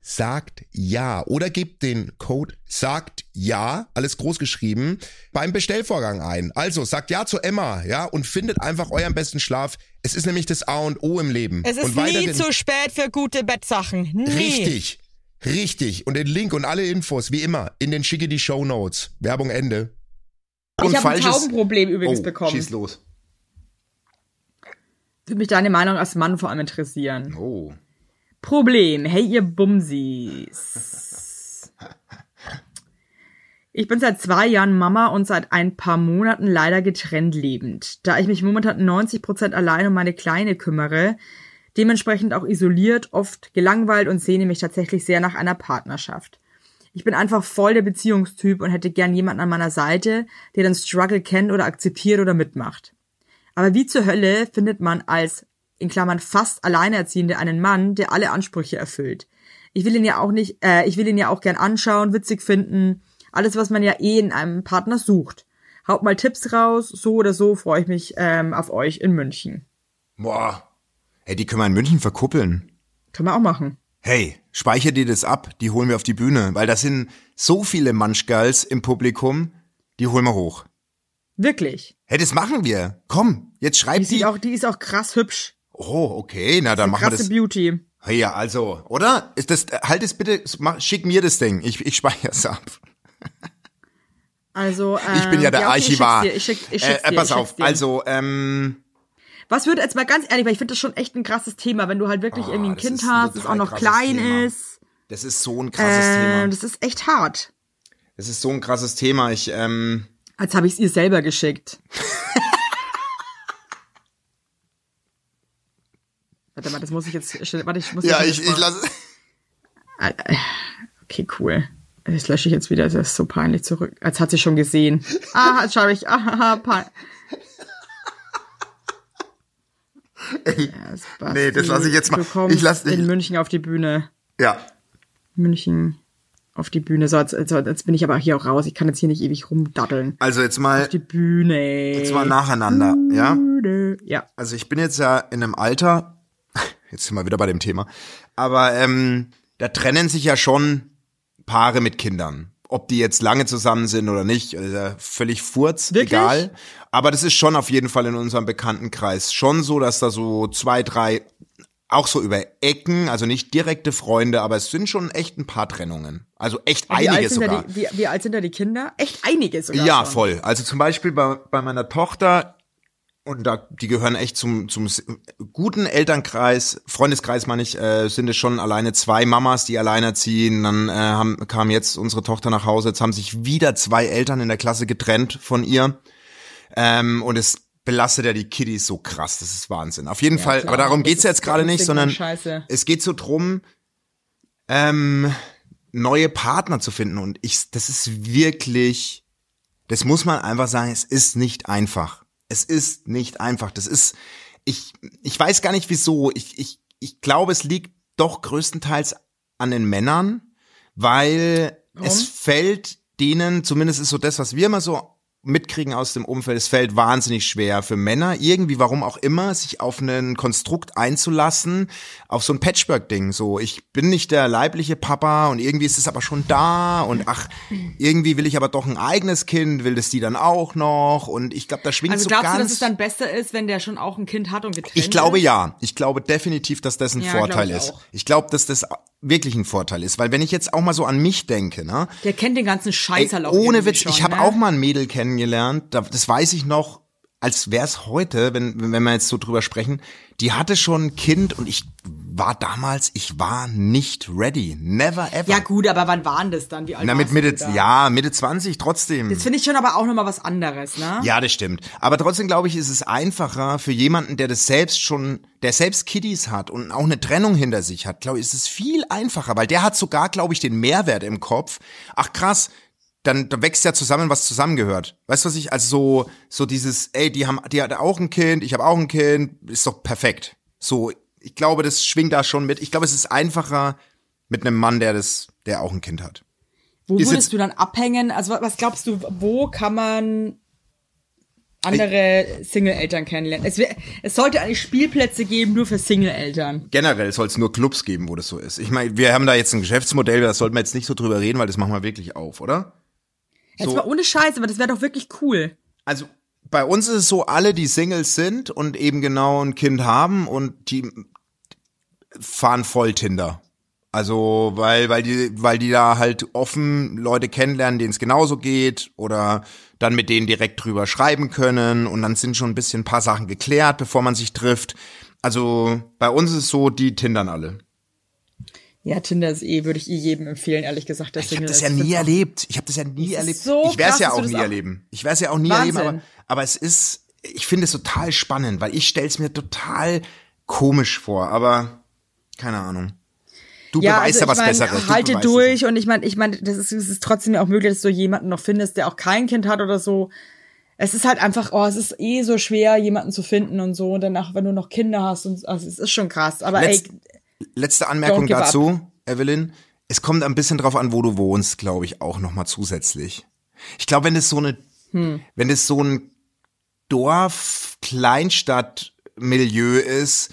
C: sagt ja oder gebt den Code sagt ja, alles groß geschrieben, beim Bestellvorgang ein. Also sagt ja zu Emma, ja, und findet einfach euren besten Schlaf. Es ist nämlich das A und O im Leben.
D: Es ist
C: und
D: nie
C: weiterhin-
D: zu spät für gute Bettsachen. Nie.
C: Richtig. Richtig. Und den Link und alle Infos, wie immer, in den schicke die Show Notes. Werbung Ende.
A: ich
B: und
A: habe ein
B: falsches.
A: Taubenproblem übrigens
B: Oh,
A: bekommen.
B: schieß los.
A: Würde mich deine Meinung als Mann vor allem interessieren.
B: Oh.
A: Problem. Hey, ihr Bumsis. Ich bin seit zwei Jahren Mama und seit ein paar Monaten leider getrennt lebend. Da ich mich momentan 90% allein um meine Kleine kümmere, dementsprechend auch isoliert, oft gelangweilt und sehne mich tatsächlich sehr nach einer Partnerschaft. Ich bin einfach voll der Beziehungstyp und hätte gern jemanden an meiner Seite, der den Struggle kennt oder akzeptiert oder mitmacht. Aber wie zur Hölle findet man als, in Klammern, fast Alleinerziehende einen Mann, der alle Ansprüche erfüllt? Ich will ihn ja auch nicht, äh, ich will ihn ja auch gern anschauen, witzig finden, alles, was man ja eh in einem Partner sucht. Haut mal Tipps raus, so oder so freue ich mich ähm, auf euch in München.
B: Boah. Ey, die können wir in München verkuppeln.
A: Können wir auch machen.
B: Hey, speicher dir das ab, die holen wir auf die Bühne, weil das sind so viele Manschgals im Publikum, die holen wir hoch.
A: Wirklich.
B: Hey, das machen wir. Komm, jetzt schreib Äh,
A: Die,
B: die.
A: sieht auch, die ist auch krass hübsch.
B: oh, okay, na dann machen wir
A: Krasse
B: das.
A: Beauty.
B: Hey, ja, also, oder? Ist das halt es bitte, mach, schick mir das Ding. Ich ich speicher's ab.
A: Also, ähm,
B: Ich bin ja der
A: okay,
B: Archivar.
A: Ich schick's dir, ich schick's, ich schick's
B: äh, äh,
A: dir,
B: pass
A: ich schick's
B: auf,
A: dir.
B: also ähm
A: Was würde jetzt mal ganz ehrlich, weil ich finde das schon echt ein krasses Thema, wenn du halt wirklich irgendwie
B: Ah,
A: ein
B: das
A: Kind
B: ist ein
A: hast, das auch
B: total
A: noch
B: krasses
A: klein
B: Thema.
A: ist.
B: das ist so ein krasses
A: Ähm,
B: Thema.
A: das ist echt hart.
B: Das ist so ein krasses Thema. Ich ähm
A: Als habe ich es ihr selber geschickt. Warte mal, das muss ich jetzt. Warte, ich muss
B: ja,
A: jetzt
B: ich ich lass
A: Okay, cool. Das lösche ich jetzt wieder. Das ist so peinlich zurück. Als hat sie schon gesehen. Ah, jetzt schreibe ich. Ah, pein. Ja,
B: nee, das lass ich jetzt mal.
A: Du kommst
B: Ich lass- ich-
A: in München auf die Bühne.
B: ja.
A: München auf die Bühne. So, jetzt, jetzt, jetzt bin ich aber hier auch raus. Ich kann jetzt hier nicht ewig rumdatteln.
B: Also jetzt mal
A: Auf die Bühne. ey.
B: jetzt mal nacheinander, ja?
A: Bühne. Ja.
B: Also ich bin jetzt ja in einem Alter, jetzt sind wir wieder bei dem Thema, aber ähm, da trennen sich ja schon Paare mit Kindern. Ob die jetzt lange zusammen sind oder nicht, ist ja völlig furz,
A: Wirklich?
B: egal. Aber das ist schon auf jeden Fall in unserem Bekanntenkreis schon so, dass da so zwei, drei auch so über Ecken, also nicht direkte Freunde, aber es sind schon echt ein paar Trennungen. Also echt
A: Wie alt,
B: einige
A: sind da
B: sogar.
A: die, wie, wie alt sind da die Kinder? Echt einige sogar.
B: Ja,
A: schon.
B: voll. Also zum Beispiel bei, bei meiner Tochter, und da, die gehören echt zum, zum s- guten Elternkreis, Freundeskreis meine ich, äh, sind es schon alleine zwei Mamas, die alleinerziehen. Dann äh, haben, kam jetzt unsere Tochter nach Hause, jetzt haben sich wieder zwei Eltern in der Klasse getrennt von ihr. Ähm, und es belastet ja die Kiddies so krass, das ist Wahnsinn. Auf jeden Fall,
A: klar.
B: aber darum
A: Das
B: geht's
A: ist
B: jetzt gerade nicht,
A: Stigma,
B: sondern
A: Scheiße.
B: es geht so drum, ähm, neue Partner zu finden. Und ich, das ist wirklich, das muss man einfach sagen, es ist nicht einfach. Es ist nicht einfach. Das ist, ich, ich weiß gar nicht wieso. Ich, ich, ich glaube, es liegt doch größtenteils an den Männern, weil es fällt denen, zumindest ist so das, was wir immer so mitkriegen aus dem Umfeld, es fällt wahnsinnig schwer für Männer, irgendwie, warum auch immer, sich auf einen Konstrukt einzulassen, auf so ein Patchwork-Ding, so, ich bin nicht der leibliche Papa und irgendwie ist es aber schon da und ach, irgendwie will ich aber doch ein eigenes Kind, will das die dann auch noch und ich glaube, da schwingt
A: Also
B: so
A: glaubst
B: ganz...
A: du, dass es dann besser ist, wenn der schon auch ein Kind hat und getrennt
B: Ich glaube
A: ist?
B: ja. Ich glaube definitiv, dass das ein
A: Ja,
B: Vorteil
A: glaub ich
B: ist.
A: auch.
B: Ich glaube, dass das wirklich ein Vorteil ist, weil wenn ich jetzt auch mal so an mich denke, ne?
A: Der kennt den ganzen
B: Ey,
A: Scheißerlauf.
B: ohne
A: irgendwie
B: Witz,
A: schon,
B: ich habe
A: ne?
B: auch mal ein Mädel kennengelernt, da- das weiß ich noch, als wär's heute, wenn wenn wir jetzt so drüber sprechen, die hatte schon ein Kind und ich war damals, ich war nicht ready, never ever.
A: Ja gut, aber wann waren das dann? Wie alt
B: Na mit
A: warst
B: Mitte,
A: du da?
B: ja, Mitte 20 trotzdem.
A: Das finde ich schon aber auch nochmal was anderes, ne?
B: Ja, das stimmt. Aber trotzdem glaube ich, ist es einfacher für jemanden, der das selbst schon, der selbst Kiddies hat und auch eine Trennung hinter sich hat, glaube ich, ist es viel einfacher, weil der hat sogar, glaube ich, den Mehrwert im Kopf. Ach krass, dann, dann wächst ja zusammen, was zusammengehört. Weißt du, was ich, also so, so dieses, ey, die haben, die hat auch ein Kind, ich habe auch ein Kind, ist doch perfekt. So, ich glaube, das schwingt da schon mit. Ich glaube, es ist einfacher mit einem Mann, der das, der auch ein Kind hat.
A: Wo
B: Ist
A: würdest
B: jetzt-
A: du dann abhängen? Also wa- was glaubst du, wo kann man andere Single-Eltern kennenlernen? Es, wär, es sollte eigentlich Spielplätze geben, nur für Single-Eltern.
B: generell soll es nur Clubs geben, wo das so ist. Ich meine, wir haben da jetzt ein Geschäftsmodell, da sollten wir jetzt nicht so drüber reden, weil das machen wir wirklich auf, oder?
A: Jetzt
B: So.
A: mal ohne Scheiße, aber das wäre doch wirklich cool.
B: Also bei uns ist es so, alle, die Singles sind und eben genau ein Kind haben und die fahren voll Tinder. Also, weil, weil die, weil die da halt offen Leute kennenlernen, denen es genauso geht oder dann mit denen direkt drüber schreiben können und dann sind schon ein bisschen ein paar Sachen geklärt, bevor man sich trifft. Also bei uns ist es so, die tindern alle.
A: Ja, Tinder ist eh, würde ich eh jedem empfehlen, ehrlich gesagt. Der
B: Ich habe
A: Single
B: das ja
A: ist.
B: nie erlebt. Ich habe das ja nie
A: ist
B: erlebt.
A: so
B: ich werde es
A: krass,
B: ja
A: dass
B: auch
A: du das
B: nie
A: auch-
B: erleben. Ich werde es ja auch nie
A: Wahnsinn.
B: erleben, aber, aber es ist, ich finde es total spannend, weil ich stelle es mir total komisch vor, aber keine Ahnung. Du beweist ja was
A: also ich mein,
B: Besseres. Du
A: Halte
B: beweist es.
A: durch und ich meine, ich meine, das ist, es ist trotzdem ja auch möglich, dass du jemanden noch findest, der auch kein Kind hat oder so. Es ist halt einfach, oh, es ist eh so schwer, jemanden zu finden und so. Und danach, wenn du noch Kinder hast und also es ist schon krass. Aber
B: Letz-
A: ey,
B: Letzte Anmerkung
A: Don't give
B: dazu, Evelyn. Es kommt ein bisschen drauf an, wo du wohnst, glaube ich, auch nochmal zusätzlich. Ich glaube, wenn das so eine,
A: Hm.
B: wenn das so ein Dorf, Kleinstadt, Milieu ist,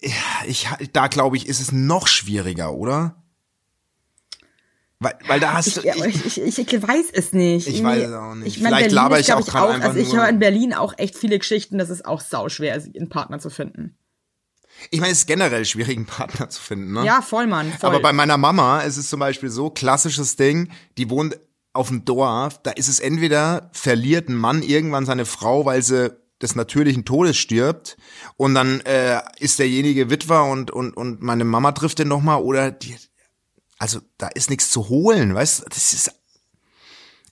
B: ja, ich, da glaube ich, ist es noch schwieriger, oder? Weil, weil da hast
A: ich,
B: du,
A: ja, aber
B: ich,
A: ich, ich, ich weiß es nicht.
B: Ich
A: Irgendwie-
B: weiß es auch nicht.
A: Ich mein,
B: Vielleicht
A: Berlin
B: laber
A: ist,
B: ich
A: glaub
B: auch gerade einfach
A: Also ich
B: nur-
A: höre in Berlin auch echt viele Geschichten, dass es auch sauschwer ist, einen Partner zu finden.
B: ich meine, es ist generell schwierig, einen Partner zu finden, ne?
A: Ja, voll, Mann. Voll.
B: Aber bei meiner Mama ist es zum Beispiel so, klassisches Ding, die wohnt auf dem Dorf, da ist es entweder verliert ein Mann irgendwann seine Frau, weil sie des natürlichen Todes stirbt und dann äh, ist derjenige Witwer und, und, und meine Mama trifft den nochmal oder die, also da ist nichts zu holen, weißt du, das ist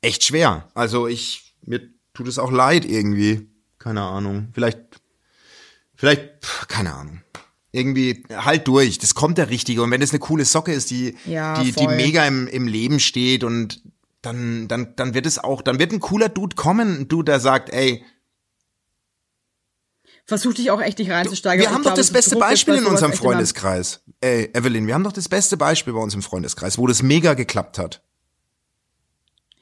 B: echt schwer. Also ich, mir tut es auch leid irgendwie, keine Ahnung, vielleicht, vielleicht, pff, keine Ahnung irgendwie halt durch, das kommt der Richtige. Und wenn das eine coole Socke ist, die,
A: Ja,
B: die, die
A: voll.
B: mega im, im Leben steht und dann, dann, dann wird es auch, dann wird ein cooler Dude kommen, ein Dude, der sagt, ey,
A: Versuch dich auch echt nicht reinzusteigen.
B: wir haben doch das beste Beispiel in unserem Freundeskreis. Ey, Evelyn, wir haben doch das beste Beispiel bei uns im Freundeskreis, wo das mega geklappt hat.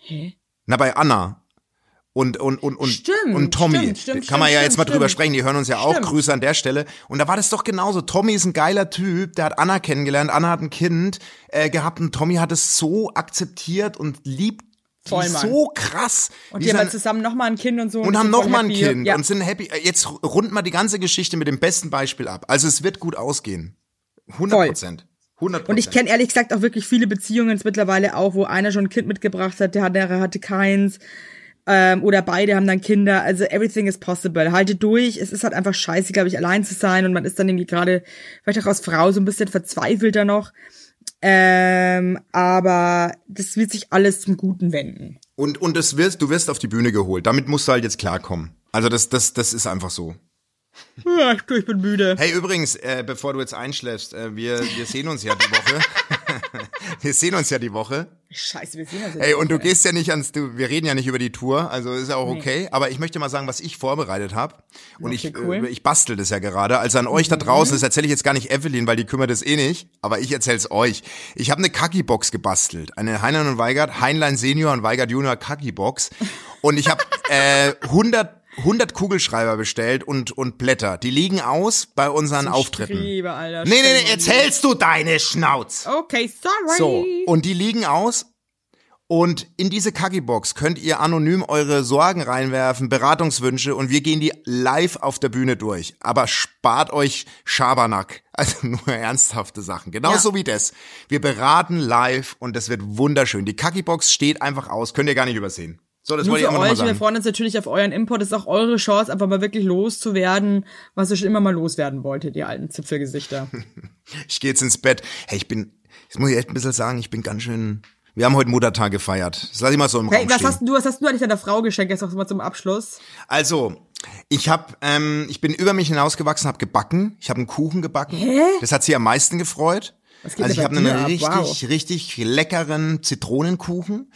A: Hä?
B: Na, bei Anna. Und, und, und, und,
A: Stimmt,
B: und Tommy.
A: stimmt, stimmt,
B: Kann man
A: stimmt,
B: ja jetzt mal
A: stimmt,
B: drüber
A: stimmt.
B: sprechen, die hören uns ja auch.
A: Stimmt.
B: Grüße an der Stelle. Und da war das doch genauso. Tommy ist ein geiler Typ, der hat Anna kennengelernt, Anna hat ein Kind äh, gehabt und Tommy hat es so akzeptiert und liebt
A: Voll,
B: die ist
A: Mann.
B: so krass.
A: Und
B: Die
A: die haben
B: sind-
A: halt zusammen nochmal ein Kind und so.
B: und haben
A: sind voll
B: nochmal ein
A: happy.
B: Kind
A: Ja.
B: und sind happy. Äh, Jetzt runden wir die ganze Geschichte mit dem besten Beispiel ab. Also es wird gut ausgehen. 100 Prozent. 100
A: Und ich kenne ehrlich gesagt auch wirklich viele Beziehungen jetzt mittlerweile auch, wo einer schon ein Kind mitgebracht hat, der andere hatte keins. Ähm, oder beide haben dann Kinder. Also everything is possible. Halte durch. Es ist halt einfach scheiße, glaube ich, allein zu sein. Und man ist dann irgendwie gerade vielleicht auch als Frau so ein bisschen verzweifelter noch. Ähm, aber das wird sich alles zum Guten wenden.
B: Und, und es wirst, du wirst auf die Bühne geholt. Damit musst du halt jetzt klarkommen. Also das, das, das ist einfach so.
A: Ja, ich- du, ich bin müde.
B: Hey, übrigens, äh, bevor du jetzt einschläfst, äh, wir, wir sehen uns ja die Woche. wir sehen uns ja die Woche.
A: Scheiße, wir sehen uns jetzt.
B: Hey, und du gehst ja nicht ans, du, wir reden ja nicht über die Tour, also ist ja auch okay. Aber ich möchte mal sagen, was ich vorbereitet habe. Und ich,
A: cool.
B: äh, ich bastel das ja gerade. Also an euch da draußen, das erzähle ich jetzt gar nicht Evelyn, weil die kümmert das eh nicht. Aber ich erzähle es euch. Ich habe eine Kaki-Box gebastelt. Eine Heinlein und Weigert, Heinlein Senior und Weigert Junior Kaki-Box. Und ich habe äh, 100 100 Kugelschreiber bestellt und, und Blätter. Die liegen aus bei unseren Auftritten.
A: Streber, Alter.
B: Nee, nee, nee, jetzt hältst du deine Schnauze.
A: Okay, sorry.
B: So, und die liegen aus. Und in diese Kaki-Box könnt ihr anonym eure Sorgen reinwerfen, Beratungswünsche und wir gehen die live auf der Bühne durch. Aber spart euch Schabernack. Also nur ernsthafte Sachen. Genauso wie das. Wir beraten live und das wird wunderschön. Die Kaki-Box steht einfach aus. Könnt ihr gar nicht übersehen. So, das
A: Nur
B: wollte ich
A: für
B: einfach nochmal
A: euch, wir
B: sagen.
A: freuen uns natürlich auf euren Import. Das ist auch eure Chance, einfach mal wirklich loszuwerden, was ihr schon immer mal loswerden wolltet, ihr alten Zipfelgesichter.
B: Ich gehe jetzt ins Bett. Hey, ich bin, jetzt muss ich echt ein bisschen sagen, ich bin ganz schön, wir haben heute Muttertag gefeiert. Das lass ich mal so im
A: Hey,
B: Raum
A: was
B: stehen.
A: hast denn du, was hast du eigentlich deiner Frau geschenkt? Jetzt noch mal zum Abschluss.
B: Also, ich habe, ähm, ich bin über mich hinausgewachsen, habe gebacken. Ich habe einen Kuchen gebacken. Das hat sie am meisten gefreut.
A: Was geht
B: also
A: denn
B: ich
A: bei
B: habe
A: dir
B: einen
A: ab?
B: richtig,
A: Wow.
B: richtig leckeren Zitronenkuchen.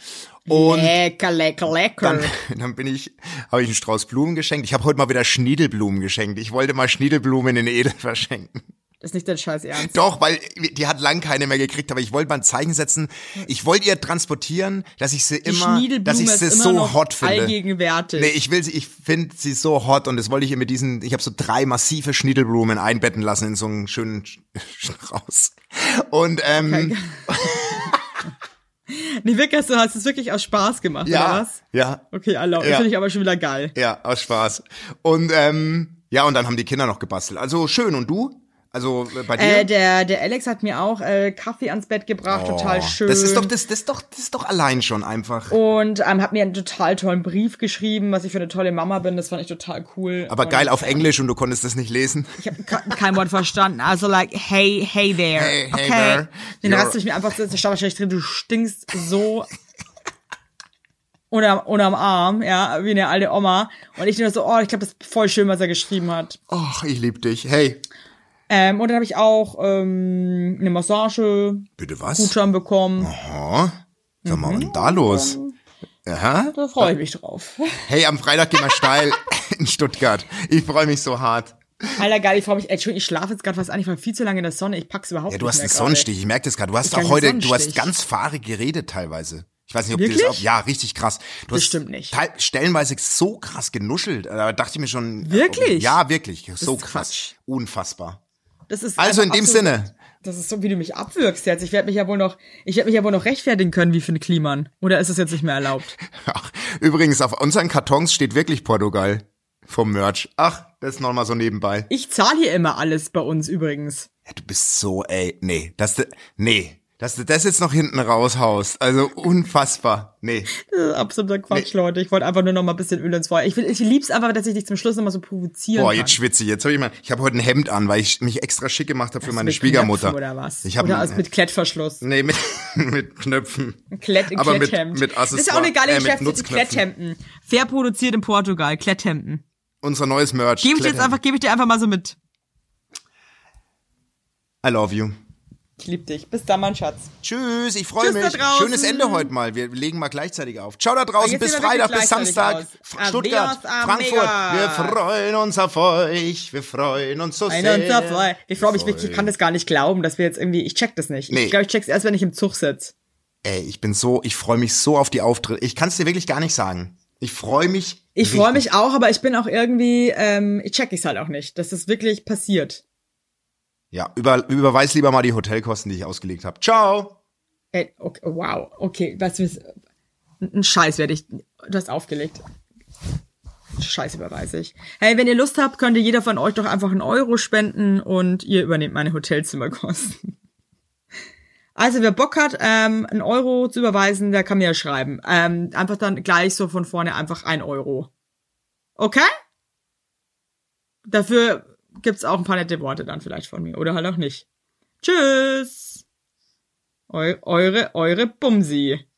B: Und
A: Lecker, lecker, lecker.
B: dann bin ich, habe ich einen Strauß Blumen geschenkt. Ich habe heute mal wieder Schniedelblumen geschenkt. Ich wollte mal Schniedelblumen in Edel verschenken.
A: Das ist nicht dein Scheiß Ernst.
B: Doch, weil die hat lang keine mehr gekriegt, aber ich wollte mal ein Zeichen setzen. Ich wollte ihr transportieren, dass ich sie
A: Hm. Die
B: immer, dass
A: Schniedelblume
B: ich
A: ist
B: sie
A: immer
B: so
A: noch
B: hot finde.
A: allgegenwärtig.
B: Nee, ich will sie, ich finde sie so hot und das wollte ich ihr mit diesen, ich habe so drei massive Schniedelblumen einbetten lassen in so einen schönen Sch- Strauß. Und ähm,
A: Nee, wirklich, du hast es wirklich aus Spaß gemacht, oder
B: ja,
A: was?
B: ja,
A: Okay, I love.
B: Ja.
A: Das finde ich aber schon wieder geil.
B: ja, aus Spaß. Und ähm, ja, und dann haben die Kinder noch gebastelt. Also schön. Und du? Also äh, bei dir?
A: Äh, der, der Alex hat mir auch äh, Kaffee ans Bett gebracht, total schön.
B: Oh, Das ist doch, das, das ist doch, das ist doch allein schon einfach.
A: und ähm, hat mir einen total tollen Brief geschrieben, was ich für eine tolle Mama bin. Das fand ich total cool.
B: Aber
A: Und-
B: geil auf Englisch und du konntest das nicht lesen.
A: Ich habe kein Wort verstanden. Also like, hey, hey there.
B: Hey, hey
A: okay.
B: there.
A: Den
B: You're-
A: Rest ich mir einfach da stand wahrscheinlich drin, du stinkst so unterm, unterm Arm, ja, wie eine alte Oma. Und ich nur so, oh, ich glaube, das ist voll schön, was er geschrieben hat.
B: Och, ich lieb dich. Hey.
A: Ähm, und dann habe ich auch ähm, eine Massage
B: Bitte was?
A: Gutschein bekommen.
B: Oh. Aha. Sag mal, was ist denn da los? Aha.
A: Da freue ich mich drauf.
B: Hey, am Freitag gehen wir steil in Stuttgart. Ich freue mich so hart.
A: Alter, geil, ich freue mich. Entschuldigung, ich schlafe jetzt gerade fast an. Ich war viel zu lange in der Sonne. Ich pack's überhaupt
B: Ja,
A: nicht
B: du hast
A: mehr
B: einen
A: gerade.
B: Sonnenstich. Ich merke das gerade. Du hast
A: krieg
B: auch
A: einen
B: heute, du hast
A: Sonnenstich.
B: ganz fahrig geredet teilweise. Ich weiß nicht, ob dir das
A: Wirklich?
B: auch, ja, richtig krass. Du hast
A: stimmt nicht.
B: teil- stellenweise so krass genuschelt. Da dachte ich mir schon. oh,
A: Wirklich?
B: Ja, wirklich. So
A: ist
B: krass.
A: Quatsch.
B: Unfassbar.
A: Das ist
B: Also in
A: einfach
B: dem
A: absolut-
B: Sinne.
A: Das ist so, wie du mich abwürgst jetzt. Ich werde mich ja wohl noch, ich werde mich ja wohl noch rechtfertigen können, wie für ein Kliman. Oder ist es jetzt nicht mehr erlaubt?
B: Ach, übrigens, auf unseren Kartons steht wirklich Portugal vom Merch. Ach, das ist nochmal so nebenbei.
A: Ich zahle hier immer alles bei uns übrigens.
B: Ja, du bist so, ey, nee, dass du, nee, dass du das jetzt noch hinten raushaust. Also unfassbar. Nee.
A: Das ist absoluter Quatsch, Leute. Ich wollte einfach nur noch mal ein bisschen Öl ins Feuer. Ich, will, ich lieb's einfach, dass ich dich zum Schluss noch mal so provozieren
B: Boah,
A: kann.
B: jetzt schwitze ich. Jetzt habe ich mal, ich habe heute ein Hemd an, weil ich mich extra schick gemacht habe für meine
A: Mit
B: Schwiegermutter.
A: Knöpfen Oder was?
B: Ich
A: Ich
B: hab
A: oder
B: ein-
A: als mit Klettverschluss.
B: Nee, mit, mit Knöpfen.
A: Klett,
B: Aber mit,
A: Kletthemd.
B: mit
A: das
B: Accessoires,
A: ist auch eine geile
B: äh,
A: Geschäft.
B: mit Kletthemd.
A: Kletthemden. Fair produziert in Portugal. Kletthemden.
B: Unser neues Merch.
A: Gebe ich dir jetzt
B: Kletthemd.
A: einfach, gebe ich dir einfach mal so mit.
B: I love you.
A: Ich lieb dich. Bis dann, mein Schatz.
B: Tschüss, ich freue
A: Tschüss da
B: mich.
A: draußen.
B: Schönes Ende heute mal. Wir legen mal gleichzeitig auf. Ciao da draußen,
A: Jetzt
B: bis
A: sehen wir wirklich
B: Freitag, bis
A: gleichzeitig
B: Samstag.
A: aus.
B: Fra- Stuttgart,
A: Adios,
B: Frankfurt. Wir
A: amigas.
B: freuen uns auf euch. Wir freuen uns so
A: Einer und
B: sehr.
A: zwei. Ich freue mich, wirklich, ich kann das gar nicht glauben, dass wir jetzt irgendwie, ich check das nicht.
B: Nee.
A: Ich glaube, ich check's erst, wenn ich im Zug sitze.
B: Ey, ich bin so, ich freue mich so auf die Auftritte. Ich kann es dir wirklich gar nicht sagen. Ich freue mich.
A: Ich freue mich auch, aber ich bin auch irgendwie, ähm, ich check es halt auch nicht, dass das wirklich passiert.
B: Ja, über, überweis lieber
A: Äh,
B: mal die Hotelkosten, die ich ausgelegt habe. Ciao.
A: Ey, okay, wow, okay, was wir, Ein Scheiß werde ich. Du hast aufgelegt. Scheiß überweise ich. Hey, wenn ihr Lust habt, könnte jeder von euch doch einfach einen Euro spenden und ihr übernehmt meine Hotelzimmerkosten. Also wer Bock hat, ähm, einen Euro zu überweisen, der kann mir ja schreiben. Ähm, einfach dann gleich so von vorne einfach ein Euro. Okay? Dafür gibt's auch ein paar nette Worte dann vielleicht von mir. Oder halt auch nicht. Tschüss! Eu eure, eure Bumsi.